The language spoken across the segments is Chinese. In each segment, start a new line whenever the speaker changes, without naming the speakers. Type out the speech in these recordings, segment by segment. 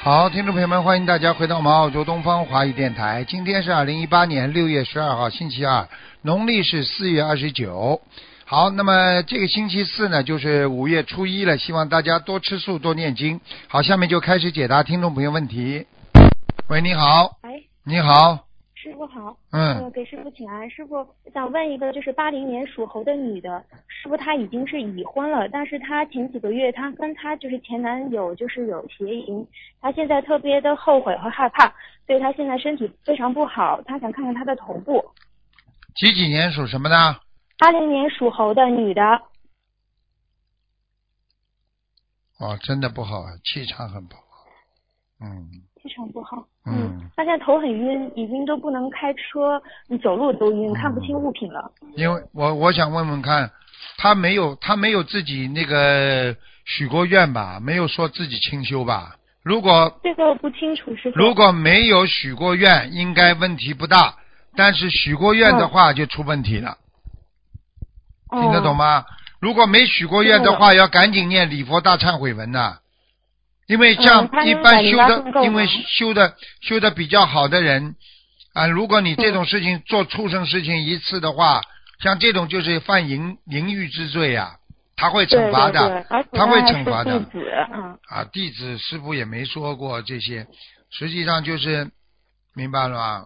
好，听众朋友们，欢迎大家回到我们澳洲东方华语电台。今天是二零一八年六月十二号，星期二，农历是四月二十九。好，那么这个星期四呢，就是五月初一了，希望大家多吃素，多念经。好，下面就开始解答听众朋友问题。喂，你好，
喂，
你好，
哎师傅好，
嗯，
呃，给师傅请安。师傅想问一个，就是八零年属猴的女的，师傅她已经是已婚了，但是她前几个月她跟她就是前男友就是有邪淫，她现在特别的后悔和害怕，所以她现在身体非常不好，她想看看她的头部。
几几年属什么的？
八零年属猴的女的，
哦，真的不好，啊，气场很不好。嗯，
非常不好。
嗯，
她现在头很晕，已经都不能开车，走路都
嗯
晕，看不清物品了。
因为我我想问问看，他没有他没有自己那个许过愿吧？没有说自己清修吧？如果
这个不清楚，师傅。
如果没有许过愿，应该问题不大。但是许过愿的话就出问题了，
哦
听得懂
吗？
吗？如果没许过愿的话，要赶紧念礼佛大忏悔文呐、因为这样
嗯他
一
那
般
108
修
份
的，
够
因为
吗
修的修的比较好的人啊，如果你这种事情做畜生事情一次的话，像这种就是犯淫淫欲之罪呀、他会
对
惩罚的。
对对而且
他会
还是
惩罚的
弟子，嗯。
啊，弟子师傅也没说过这些，实际上就是明白了吧？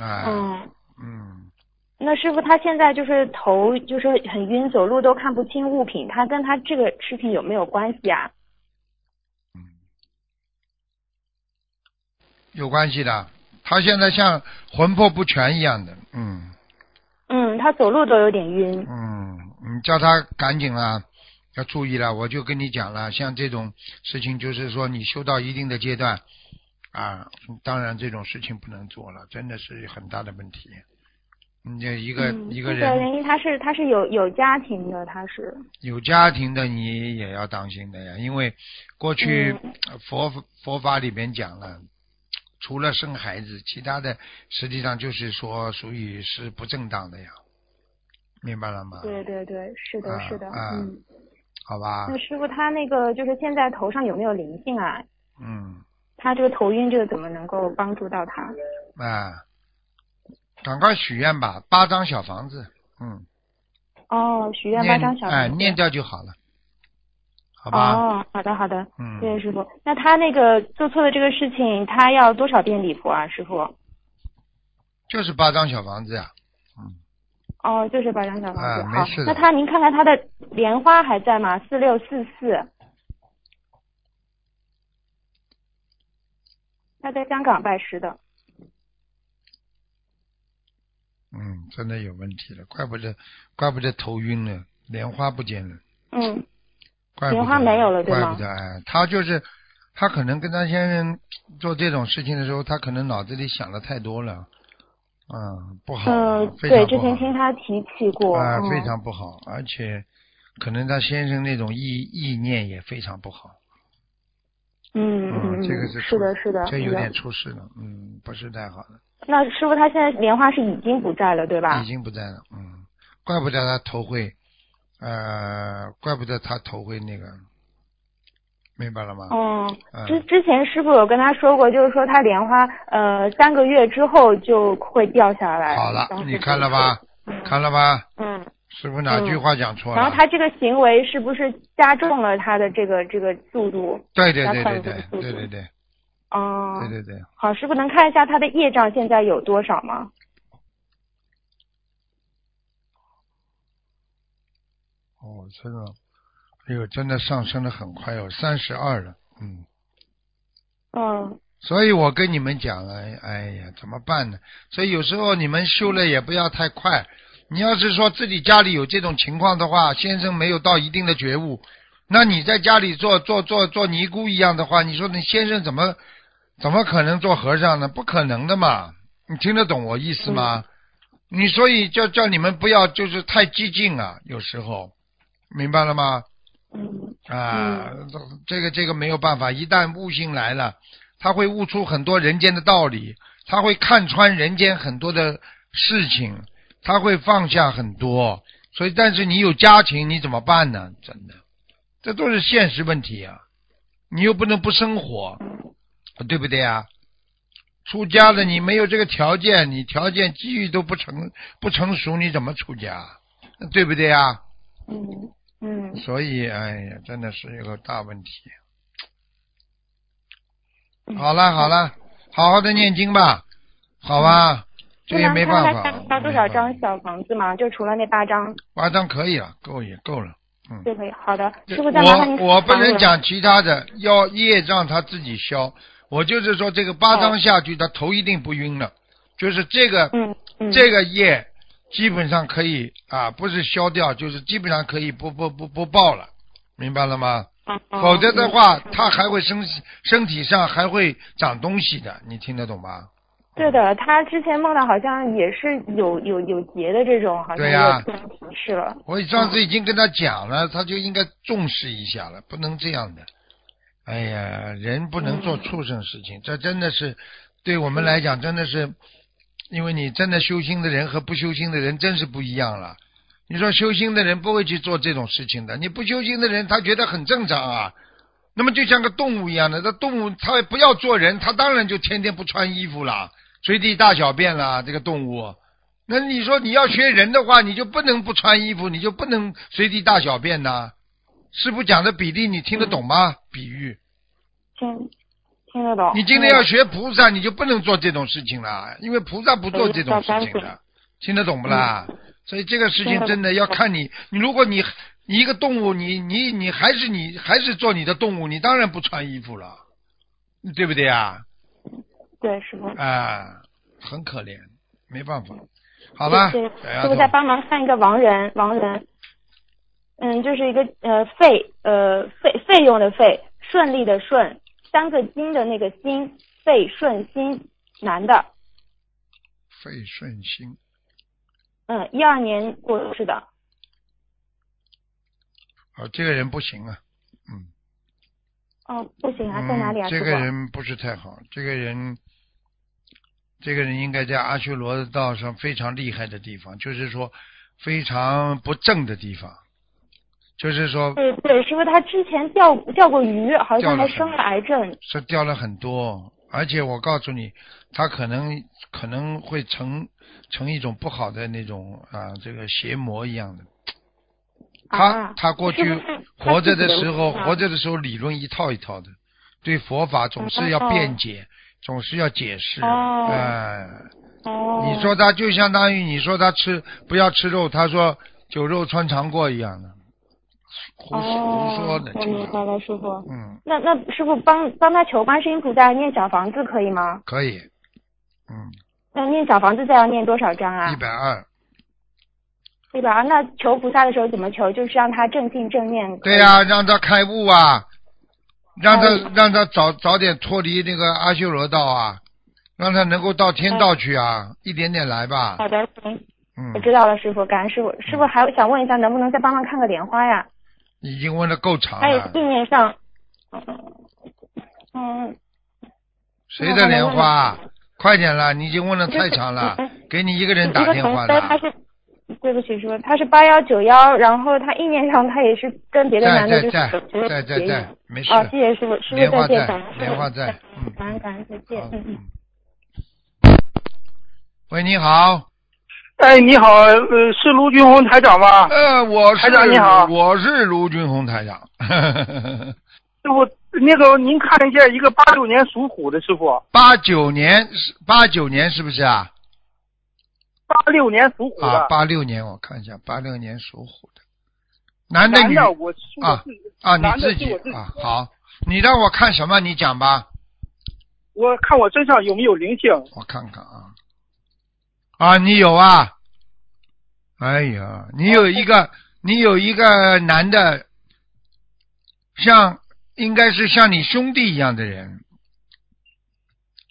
啊，
嗯，
嗯，
那师傅他现在就是头就是很晕，走路都看不清物品，他跟他这个事情有没有关系啊？
有关系的。他现在像魂魄不全一样的，嗯
嗯，他走路都有点晕。
嗯，你叫他赶紧啦，要注意了。我就跟你讲了，像这种事情，就是说你修到一定的阶段啊，当然这种事情不能做了，真的是很大的问题。你这一个、
嗯，
一个
这
人
个原因他是他是有有家庭的，他是。
有家庭的你也要当心的呀，因为过去
嗯
呃佛、佛法里边讲了，除了生孩子，其他的实际上就是说属于是不正当的呀，明白了吗？
对对对，是的，
啊
是的，
啊
嗯。
好吧
那，师傅他那个就是现在头上有没有灵性啊？
嗯
他这个头晕，这个怎么能够帮助到他？
啊，赶快许愿吧，八张小房子，嗯，
哦，许愿八
念
张小
哎
房子
念掉就好了，好吧，
哦，好的好的，
嗯，
谢谢师傅。那他那个做错的这个事情，他要多少遍礼佛啊，师傅？
就是八张小房子呀、
哦，就是八张小房子。
啊没
好
事，的
那他您看看他的莲花还在吗？四六四四。他在香港拜师的。
嗯，真的有问题了，怪不得怪不得头晕了，莲花不见了。
嗯，
怪不得
莲花没有了对吗
怪不得哎，他就是他可能跟他先生做这种事情的时候，他可能脑子里想的太多了，嗯，不好，
呃，
非常
对，
不好
之前听他提起过。
啊、
嗯
非。常不好，而且可能他先生那种意意念也非常不好，
嗯
嗯
嗯，
这个
嗯
是
是的，是的。
这有
是的
点出事了，嗯，不是太好了，
那师傅他现在莲花是已经不在了，对吧
已？经不在了，嗯，怪不得他头会，呃，怪不得他头会那个，明白了吗？
嗯，
嗯
之之前师傅有跟他说过，就是说他莲花呃三个月之后就会掉下来。
好了
然后，
你看了吧？看了吧？
嗯。
师傅哪句话讲错了？
然后他这个行为是不是加重了他的这个这个速度？
对对
他
对对
快乐
对
的
对
速
对
度
对
哦、
对对对，
好，师傅能看一下他的业障现在有多少吗？
哦，真的，哎呦，真的上升的很快哦，三十二了，嗯，
嗯，
所以我跟你们讲了，哎呀，怎么办呢？所以有时候你们修了也不要太快。你要是说自己家里有这种情况的话，先生没有到一定的觉悟，那你在家里做做做做尼姑一样的话，你说你先生怎么怎么可能做和尚呢？不可能的嘛！你听得懂我意思吗？你所以叫叫你们不要就是太激进啊，有时候明白了吗？
嗯
啊，这个这个没有办法，一旦悟性来了，他会悟出很多人间的道理，他会看穿人间很多的事情，他会放下很多。所以，但是你有家庭，你怎么办呢？真的，这都是现实问题啊！你又不能不生活，对不对啊？出家的你没有这个条件，你条件机遇都不成不成熟，你怎么出家？对不对啊？
嗯嗯，
所以，哎呀，真的是一个大问题。
嗯
好了好了，好好的念经吧，好吧，这也没办
嗯那他
法
他。发多少张小房子嘛？就除了那八张，
八张可以了，够也够了。嗯，
对可以。好的，师傅再麻烦您
我我不能
帮
讲其他的，要业障他自己消。我就是说，这个八张下去，他头一定不晕了。就是这个，
嗯嗯，
这个业基本上可以啊，不是消掉，就是基本上可以不不不不报了，明白了吗？
嗯
否则的话，他还会身身体上还会长东西的，你听得懂吗？
对的，他之前梦到好像也是有有有结的这种，好像
对呀
也有提示了。
我上次已经跟他讲了，他就应该重视一下了，不能这样的。哎呀，人不能做畜生事情，这真的是对我们来讲，真的是，因为你真的修心的人和不修心的人真是不一样了。你说修心的人不会去做这种事情的，你不修心的人，他觉得很正常啊。那么就像个动物一样的，那动物它不要做人，它当然就天天不穿衣服啦，随地大小便啦，这个动物。那你说你要学人的话，你就不能不穿衣服，你就不能随地大小便呐。师傅讲的比例你听得懂吗？比喻，
听听得懂。嗯
你今
听得
天
懂
要学菩萨，你就不能做这种事情了，因为菩萨不做这种事情
对要当心
的，听得懂不啦？所以这个事情真的要看你，你如果你你一个动物，你你你还是你还是做你的动物，你当然不穿衣服了，对不对啊？
对师傅。
啊，很可怜，没办法。好哎了，
对，
小丫
师
头
傅再帮忙看一个亡人，亡人，嗯，就是一个呃费呃费费用的费，顺利的顺，三个金的那个金，费顺心，男的，
费顺心。
嗯，一二年过世的，
啊，这个人不行啊，嗯，
哦，不行啊，
嗯
在哪里啊？
这
师
个
傅？
人不是太好，这个人，这个人应该在阿修罗道上非常厉害的地方，就是说非常不正的地方，就是说
对对，师傅他之前钓钓过鱼，好像还生了癌症。
是掉了很多，而且我告诉你，他可能可能会成成一种不好的那种啊，这个邪魔一样的。他
啊
他过去
是不是他
活着
自己
的
的
时候，
问题啊
活着的时候理论一套一套的，对佛法总是要
哦
辩解，总是要解释，
哦
哎，
哦，
你说他就相当于你说他吃不要吃肉，他说酒肉穿肠过一样的，胡
哦
胡说的，
我
经
明白
常，
了，师傅。
嗯，
那那师傅帮帮他求观世音菩萨念小房子可以吗？
可以，嗯，
那念小房子再要念多少章啊
一？百二，
对吧？那求菩萨的时候怎么求？就是让他正信正念。
对、呀、让他开悟啊，让他
嗯
让他早早点脱离那个阿修罗道啊，让他能够到天道去啊，一点点来吧，
嗯好的，行，
嗯
我，知道了，师傅，感恩师傅。师傅还想问一下，能不能再帮忙看个莲花呀？
已经问的够长
还有
了
地，面上，嗯嗯，
谁的莲花啊？快点啦，你已经问的太长了
就是，嗯
给你一个人打电话
一个同修他
了。
是，对不起，师傅，他是八幺九幺，然后他意念上他也是跟别的
在
男的
在
就是
在
有
在
结
在
缘
在，没事。
哦，谢谢师傅，师
莲
傅
花
再
在
见，感恩，师
莲
傅，
花在。
感
嗯，
恩感恩，再见
好，
嗯嗯。。
喂，你好，
哎，你好，呃，是卢军红台长吗？
呃，我是
台长你好
我是卢军红台长。
师傅，那个您看一下一个八六年属虎的师傅，
八九年是八九年是不是啊？
八六年属虎的，
啊，八六年我看一下，八六年属虎的，男的
男
女
的，我是我自己，
啊？你
男的
自
是
己
我自己
啊？好，你让我看什么？你讲吧。
我看我身上有没有灵性？
我看看啊，啊，你有啊？哎呀，你有一个，你有一个男的，像应该是像你兄弟一样的人，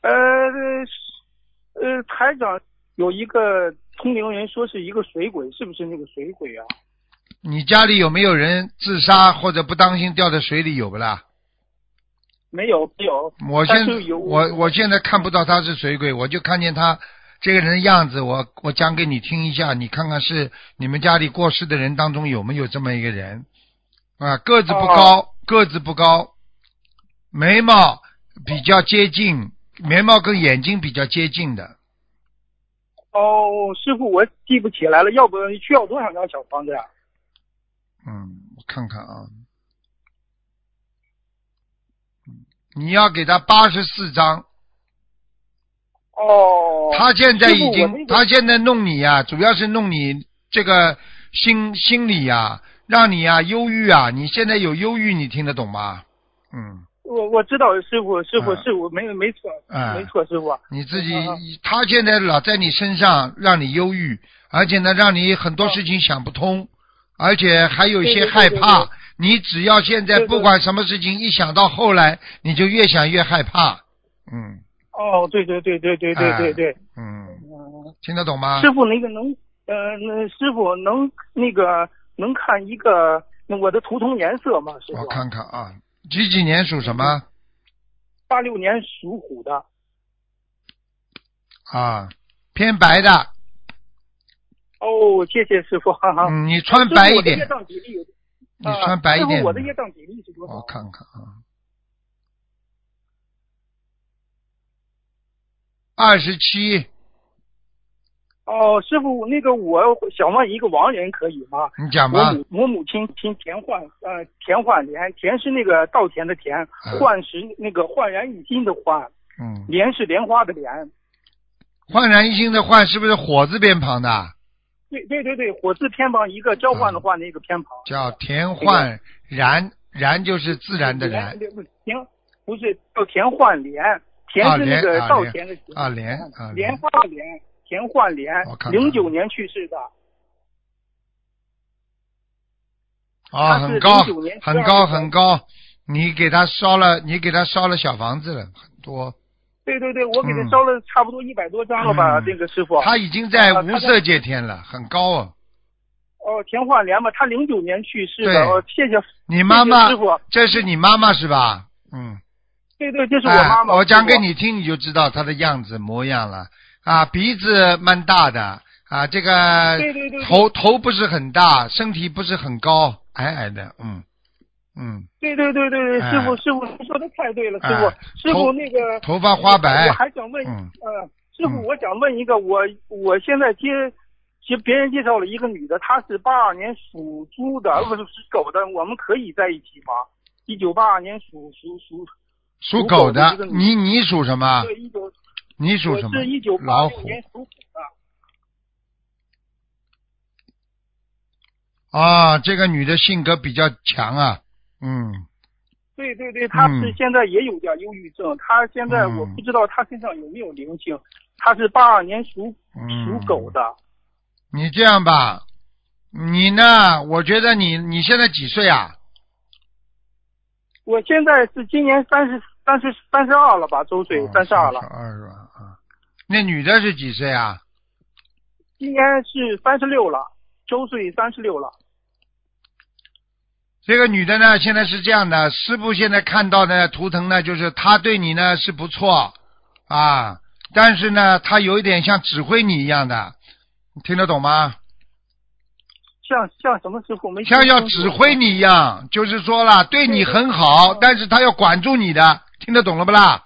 呃，呃，台长有一个通灵人说是一个水鬼，是不是那个水鬼啊？
你家里有没有人自杀或者不当心掉在水里有不啦？
没有，没有。
我
但
现
是有
我我现在看不到他是水鬼，我就看见他这个人的样子，我我讲给你听一下，你看看是你们家里过世的人当中有没有这么一个
哦
人啊？个子不高，个子不高，眉毛比较接近，眉毛跟眼睛比较接近的。
哦，师傅，我记不起来了，要不需要多少张小房子啊呀、
嗯，我看看啊，嗯你要给他八十四张，
哦，
他现在已
师傅我那
经，
个
他现在弄你呀、主要是弄你这个心心理呀、让你呀、忧郁啊，你现在有忧郁，你听得懂吗？嗯，
我我知道师傅，师傅
嗯
是我没没错，
嗯
没错，师傅。
你自己
嗯嗯，
他现在老在你身上让你忧郁，而且呢，让你很多事情想不通，而且还有一些害
对对对对
怕。你只要现在
对对
不管什么事情，一想到后来，你就越想越害怕。嗯
哦，对对对对对对对对。
嗯，
嗯
听得懂吗？
师傅那个能，呃，那师傅能那个能看一个那我的图腾颜色吗？师
我
傅，
看看啊，几几年属什么
八六年属虎的，
啊？偏白的，
啊哦，谢谢师傅，哈哈。
嗯，你穿白
师傅
一
我的业
点，
障比例有，
你穿白一
啊师
点
傅，。我的业障比例是多少？
我看看啊，二十七，
哦，师傅，那个我想问一个亡人可以吗？
你讲吧
我。母我母亲亲田焕，呃，田焕莲，田是那个稻田的田，焕是那个焕然一新的焕，
嗯，
莲是莲花的莲。
焕然一新的焕是不是火字边旁的？
对对对对，火字偏旁一个交换的换的一个偏旁。
叫田焕然，然就是自然的然
莲田不是叫田焕莲，田
啊
是那
莲
个
啊
稻
莲
田的田。
啊，莲啊
莲
莲
花的莲，田焕莲
我看看，
零九年去世的。
啊，
他是
哦很高
09年，
很高，
12
很高。你给他烧了，你给他烧了小房子了，很多。
对对对，我给他
嗯
烧了差不多一百多张了吧，
嗯
这个师傅。
他已经在
啊
无
他在
色界天了，很高哦。
哦，田焕莲嘛，他零九年去世
对
的。哦，谢谢
你妈妈
谢谢师傅，
这是你妈妈是吧？嗯，
对对，这是我
哎
妈妈。
我讲给
师
你听，你就知道她的样子模样了。啊，鼻子蛮大的，啊，这个
对对对对
头头不是很大，身体不是很高，矮矮的，嗯嗯，
傅。对对对对对，
哎
师傅师傅，您说的太对了，师
哎
傅师
头
傅那个
头发花白
我，还想问，
嗯
呃，师
嗯
傅，我想问一个，我我现在接接别人介绍了一个女的，她是八二年属猪的，呃不是属狗的，我们可以在一起吗？一九八二年属属属，
属
属
狗
狗
的
的一个。女
你你属什么？
对，一九
你
我
啊属什么
是一九？八
老
六
虎
年属虎的。
啊，这个女的性格比较强啊，嗯，
对对对，她是
嗯
现在也有点忧郁症，她现在
嗯
我不知道她身上有没有灵性，她是八二年属
嗯
属狗的，
你这样吧，你呢？我觉得你你现在几岁啊？
我现在是今年三十三十三十二了吧，周岁三十二了，
二哦十二啊。那女的是几岁啊？
今年是三十六了，周岁三十六了。
这个女的呢，现在是这样的，师傅现在看到的图腾呢，就是她对你呢是不错啊，但是呢，她有一点像指挥你一样的，你听得懂吗？
像像什么师傅没听
像要
清楚
指挥你一样，就是说啦，对你很
嗯
好，但是她要管住你的，听得懂了不啦？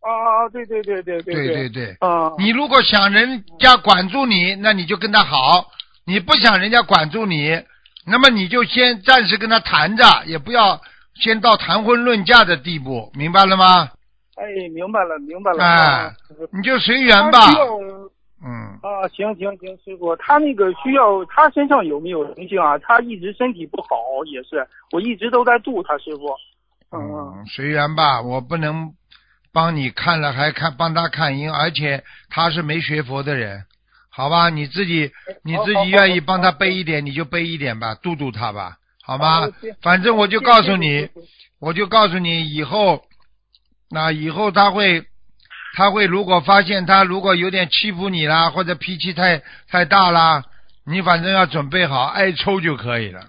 啊啊对对对对对
对
对
对，
啊
你如果想人家管住你，那你就跟他好；你不想人家管住你，那么你就先暂时跟他谈着，也不要先到谈婚论嫁的地步，明白了吗？
哎明白了明白了
哎
啊师傅
你就随缘吧
他。需要
嗯，
啊行行行师傅他那个需要他身上有没有灵性啊他一直身体不好也是我一直都在度他师傅嗯
嗯，随缘吧，我不能帮你看了，还看帮他看，因为而且他是没学佛的人，好吧？你自己你自己愿意帮他背一点，你就背一点吧，度度他吧，好吗
哦行？
反正我就
谢谢
告诉
谢谢
你
师，傅
我就告诉你，以后那以后他会，他会如果发现他如果有点欺负你啦，或者脾气太太大啦，你反正要准备好挨抽就可以了。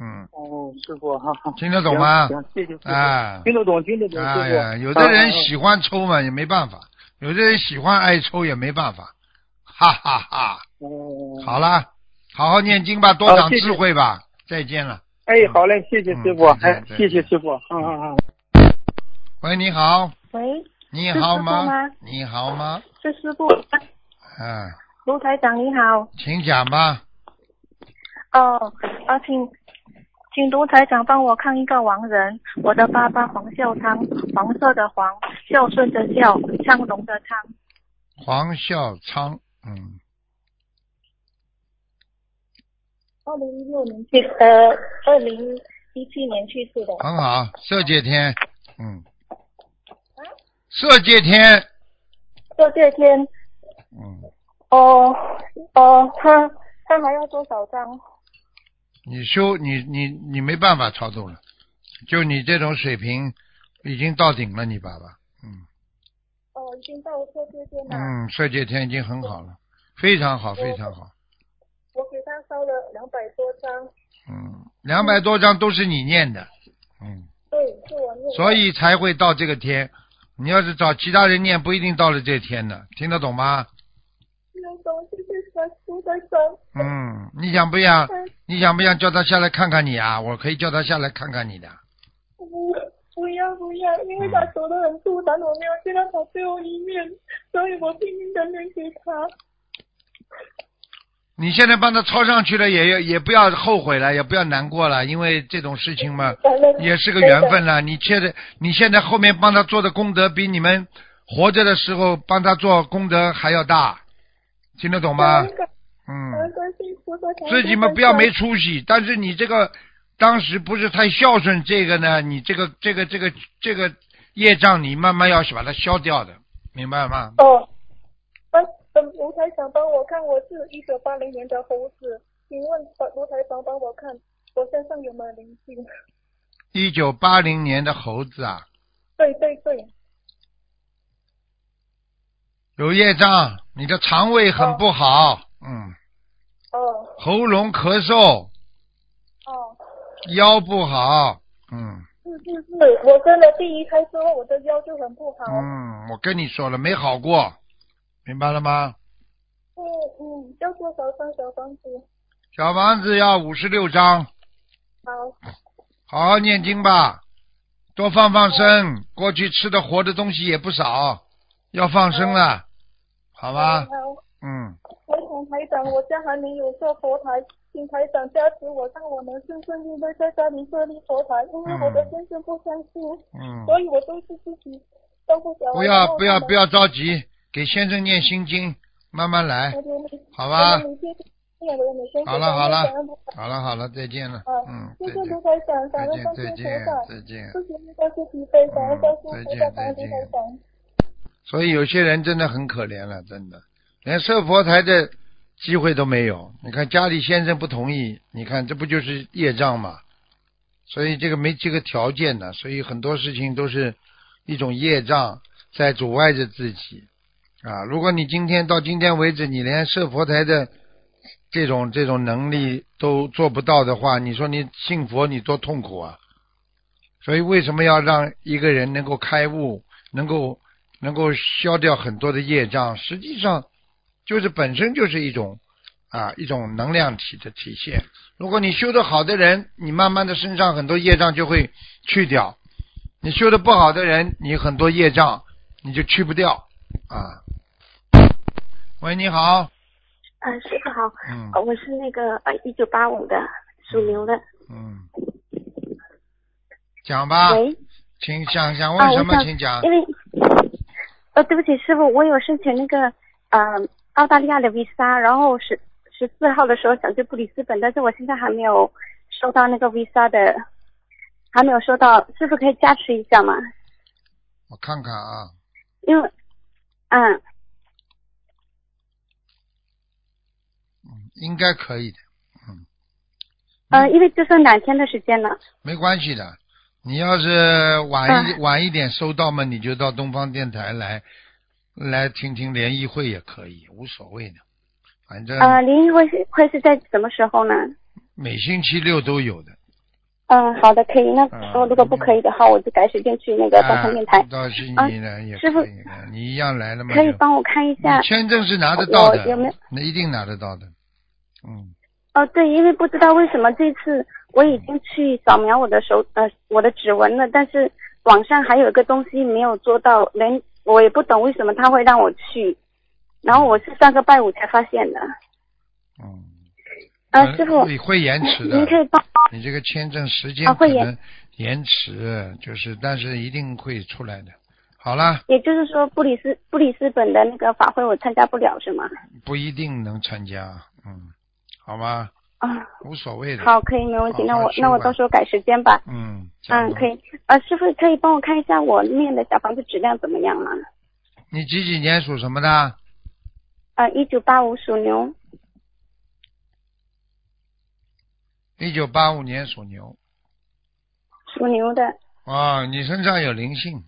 嗯，
哦师傅哈哈
听得懂吗？
行行谢谢师傅
哎，
听得懂听得懂师
哎呀，
傅
有的人
啊啊啊
喜欢抽嘛，也没办法；有的人喜欢挨抽也没办法。哈哈哈！
哦
好啦，好好念经吧，多
好
长
谢谢
智慧吧。再见了。
哎好嘞谢谢师傅
嗯
哎
对对
谢谢师傅啊啊啊。
喂，你好，
喂，
你好
是师傅
吗
吗？
你好吗？
是师傅，
啊，
卢台长你好。
请讲吧。
哦，啊，请请卢台长帮我看一个亡人，我的爸爸黄孝昌，黄色的黄，孝顺的孝，昌隆的昌。
黄孝昌，嗯，
二零一六年去，呃，二零一七年去世的。
很好，色界天，嗯，色界天，
这这天，
嗯，
哦哦，他他还要多少张？
你修你你你没办法操作了，就你这种水平已经到顶了，你爸爸，嗯
哦，已经到这这天了。
嗯，色界天已经很好了，非常好，非常好，
我给他烧了两百多张，
嗯，两百多张都是你念的，嗯。
对，是我念。
所以才会到这个天。你要是找其他人念，不一定到了这天的，听得懂吗？嗯，你想不想？你想不想叫他下来看看你啊？我可以叫他下来看看你的。
不不要不要，因
嗯
为他走得很突然，我没有见到他最后一面，所以我拼命的念给他。
你现在帮他抄上去了，也也也不要后悔了，也不要难过了，因为这种事情嘛，
感恩
也是个缘分了。你现在你现在后面帮他做的功德，比你们活着的时候帮他做功德还要大，听得懂吗？嗯。自己嘛不要没出息，但是你这个当时不是太孝顺，这个呢，你这个这个这个这个业障，你慢慢要把它消掉的，明白吗？
哦，呃，呃卢台长帮我看，我是一九八零年的猴子，请问呃卢台长帮我看，我身上有没有灵性？
一九八零年的猴子啊，
对对对，
有业障，你的肠胃很不好，嗯，
哦
喉咙咳嗽，
哦，
腰不好，嗯
是是是，我生了第一胎之后，我的腰就很不好。
嗯，我跟你说了，没好过，明白了吗？
嗯嗯，要多少张小房子？
小房子要五十六张，
好，
好好念经吧，多放放生。过去吃的活的东西也不少，要放生了，好吧？
好。
嗯，
我请台长，我家还没有设佛台，请台长加持我，让我能顺顺利利在家里设立佛台，因为我的先生不相信，
嗯
所以我都是自己照顾小孩。
不要不要不要着急，给先生念心经，慢慢来
我。就每
好吧
我就每天念我每天
好了好了
感恩菩萨
好了好了，再见了。嗯
嗯，，
再
谢谢卢
见
台长，感
再
恩
见
观
再
世菩
见
萨，
再见。
不行，都是疲惫，感恩观世菩
嗯再见
萨，感恩
再
卢
见
台长。
所以有些人真的很可怜了，真的连设佛台的机会都没有。你看家里先生不同意，你看这不就是业障嘛？所以这个没这个条件呢，所以很多事情都是一种业障在阻碍着自己啊。如果你今天到今天为止，你连设佛台的这种这种能力都做不到的话，你说你信佛你多痛苦啊！所以为什么要让一个人能够开悟，能够能够消掉很多的业障？实际上就是本身就是一种啊一种能量体的体现。如果你修得好的人，你慢慢的身上很多业障就会去掉；你修得不好的人，你很多业障你就去不掉啊。喂，你好，
啊，师傅好，
嗯
呃我是那个呃一九八五的属牛的。
嗯，讲吧，
喂，
请想想
啊
问
我
什么，
想
请讲。
因为呃，对不起，师傅，我有申请那个呃澳大利亚的 visa，然后十十四号的时候想去布里斯本，但是我现在还没有收到那个 visa 的，还没有收到，师傅可以加持一下吗？
我看看啊，
因为嗯，
应该可以的。嗯
呃，因为就剩两天的时间了。
没关系的。你要是晚一、
啊
晚一点收到嘛，你就到东方电台来来听听联谊会也可以，无所谓的。反正
呃，联谊会是会是在什么时候呢？
每星期六都有的。
嗯，好的，可以。那
嗯
呃如果不可以的话，我就改时间去那个东
啊
方电台。
到悉
啊
尼呢也
师
可
傅
以的，你一样来了嘛。
可以
就
帮我看一下
你？签证是拿得到的
我有没有，
那一定拿得到的。嗯，
哦，对，因为不知道为什么这次我已经去扫描我的手呃我的指纹了，但是网上还有一个东西没有做到，连我也不懂为什么他会让我去，然后我是上个拜五才发现的。
嗯，
呃，师傅，
你会延迟的
您，可以帮
你这个签证时间
啊
可
会延
能延迟，就是但是一定会出来的。好啦，
也就是说，布里斯布里斯本的那个法会我参加不了是吗？
不一定能参加，嗯，好吧，
啊，
无所谓的。
好，可以，没问题。
好
那
好
我
吃
那我
吧
到时候改时间吧。
嗯，
嗯，可。以。呃，师傅可以帮我看一下我念的小房子质量怎么样吗？
你几几年属什么的？
呃，一九八五属牛，
一九八五年属牛。
属牛的。
啊，你身上有灵性，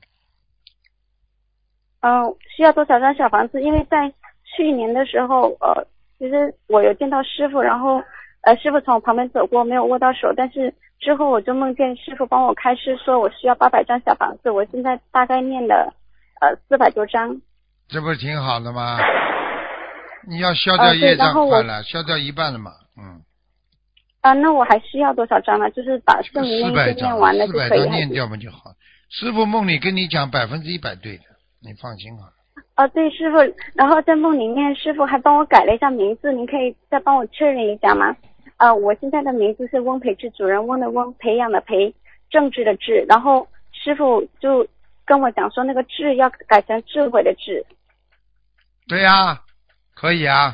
嗯、需要多少张小房子？因为在去年的时候，呃，其实我有见到师傅，然后呃，师傅从我旁边走过，没有握到手，但是之后我就梦见师傅帮我开示，说我需要八百张小房子，我现在大概念了呃四百多张。
这不是挺好的吗？你要消
哦
掉业障快了，消掉一半了嘛，嗯，
啊、那我还需要多少张呢？就是把圣母
四
那
百
些念
张，
完了
四
就
百
可以，
张
还是
念掉嘛就好。师傅梦里跟你讲百分之一百对的，你放心啊好了。
哦，对，师傅，然后在梦里面，师傅还帮我改了一下名字，您可以再帮我确认一下吗？呃，我现在的名字是翁培志，主人翁的翁，培养的培，政治的治。然后师傅就跟我讲说，那个智要改成智慧的智。
对呀、可以啊。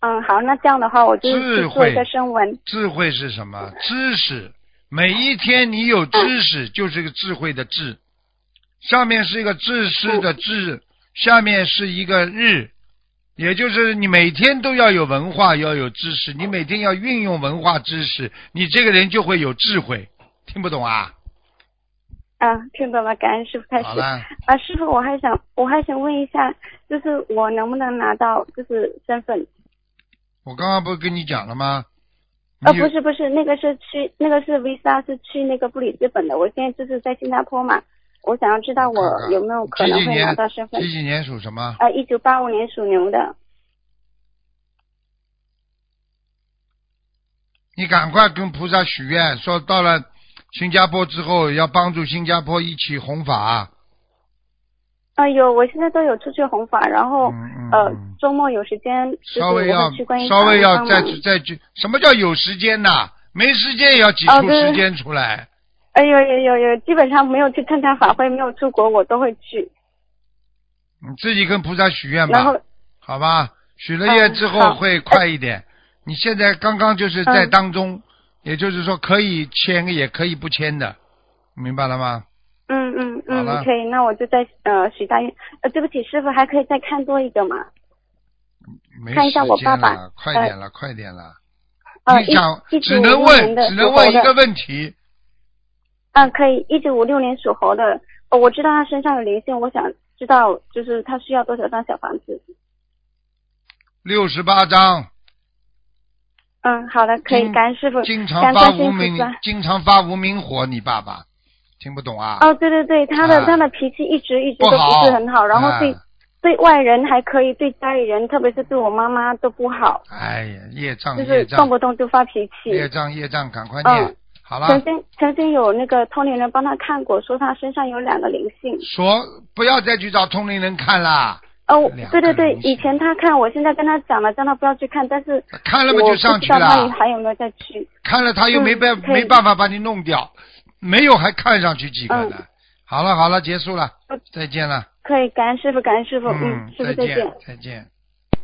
嗯，好，那这样的话，我就
智
去
慧
做一个声纹。
智慧是什么？知识。每一天你有知识，就是个智慧的智。上面是一个知识的知，下面是一个日，也就是你每天都要有文化，要有知识，你每天要运用文化知识，你这个人就会有智慧。听不懂啊？
嗯，听懂了，感恩师傅开始。
好了，
啊，师傅，我还想，我还想问一下，就是我能不能拿到就是身份？
我刚刚不是跟你讲了吗？
呃，
你
不
有
是不是，那个是去那个是 visa 是去那个布里斯本的，我现在就是在新加坡嘛，我想要知道我
看看
有没有可能
几几
会拿
年
到身份
几。几年属什么？
呃，一九八五年属牛的，
你赶快跟菩萨许愿，说到了新加坡之后要帮助新加坡一起弘法。
呃，有，我现在都有出去弘法，然后、
嗯嗯
呃
嗯
周末有时间，就是
稍
我
微要
会去观音
稍微
堂
要
帮
再
忙
去再去，什么叫有时间呐、没时间也要挤
哦
出
对
时间出来。
哎呦有有有，基本上没有去参加法会，没有出国我都会去，
你嗯自己跟菩萨许愿
然
吧
后，
好吧？许了愿之
嗯好
后会快一点。你现在刚刚就是在
嗯
当中，也就是说可以签也可以不签的，明白了吗？
嗯嗯嗯
好了，
可以，那我就再呃许大愿，呃对不起师傅，还可以再看多一个嘛，
没
看一下
时
我
间
爸爸
了，快
呃
点了，快点了。
呃
你想
一一
只
九
能
五六
问
年
只
的属
能
猴
问一
的
个问题，
嗯，可以，一九五六年属猴的，呃我知道他身上有灵性，我想知道就是他需要多少张小房子。
六十八章。
嗯，好的，可以，
经
感恩师傅，
经
感
常
恩
发
观世
无
音菩
名
萨，
经常发无名火，你爸爸听不懂啊？
哦，对对对，他的、
啊
他的脾气一直一直
不
都不是
好
很好，然后
啊
对、对外人还可以，对家里人，特别是对我妈妈都不好，
哎呀，业障
就
业
是动
障，
不动就发脾气
业。障业障，赶快
嗯
念，好
曾
了，
经曾经有那个通灵人帮他看过，说他身上有两个灵性。
说不要再去找通灵人看啦，
哦
两，
对
个
对对，
灵性
以前他看，我现在跟他讲了，叫他不要去看，但是
看了嘛
我
啊就
不
上
知
去
道他
了，
还有没有再去。
看了他又没办
嗯可以
没办法把你弄掉，没有还看上去几个呢。
嗯
好了好了，结束了，再见了。
可以，感恩师傅，感恩师傅，嗯，师傅
再
再见。
再见。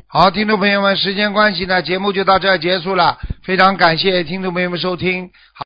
好，听众朋友们，时间关系呢，节目就到这儿结束了。非常感谢听众朋友们收听。好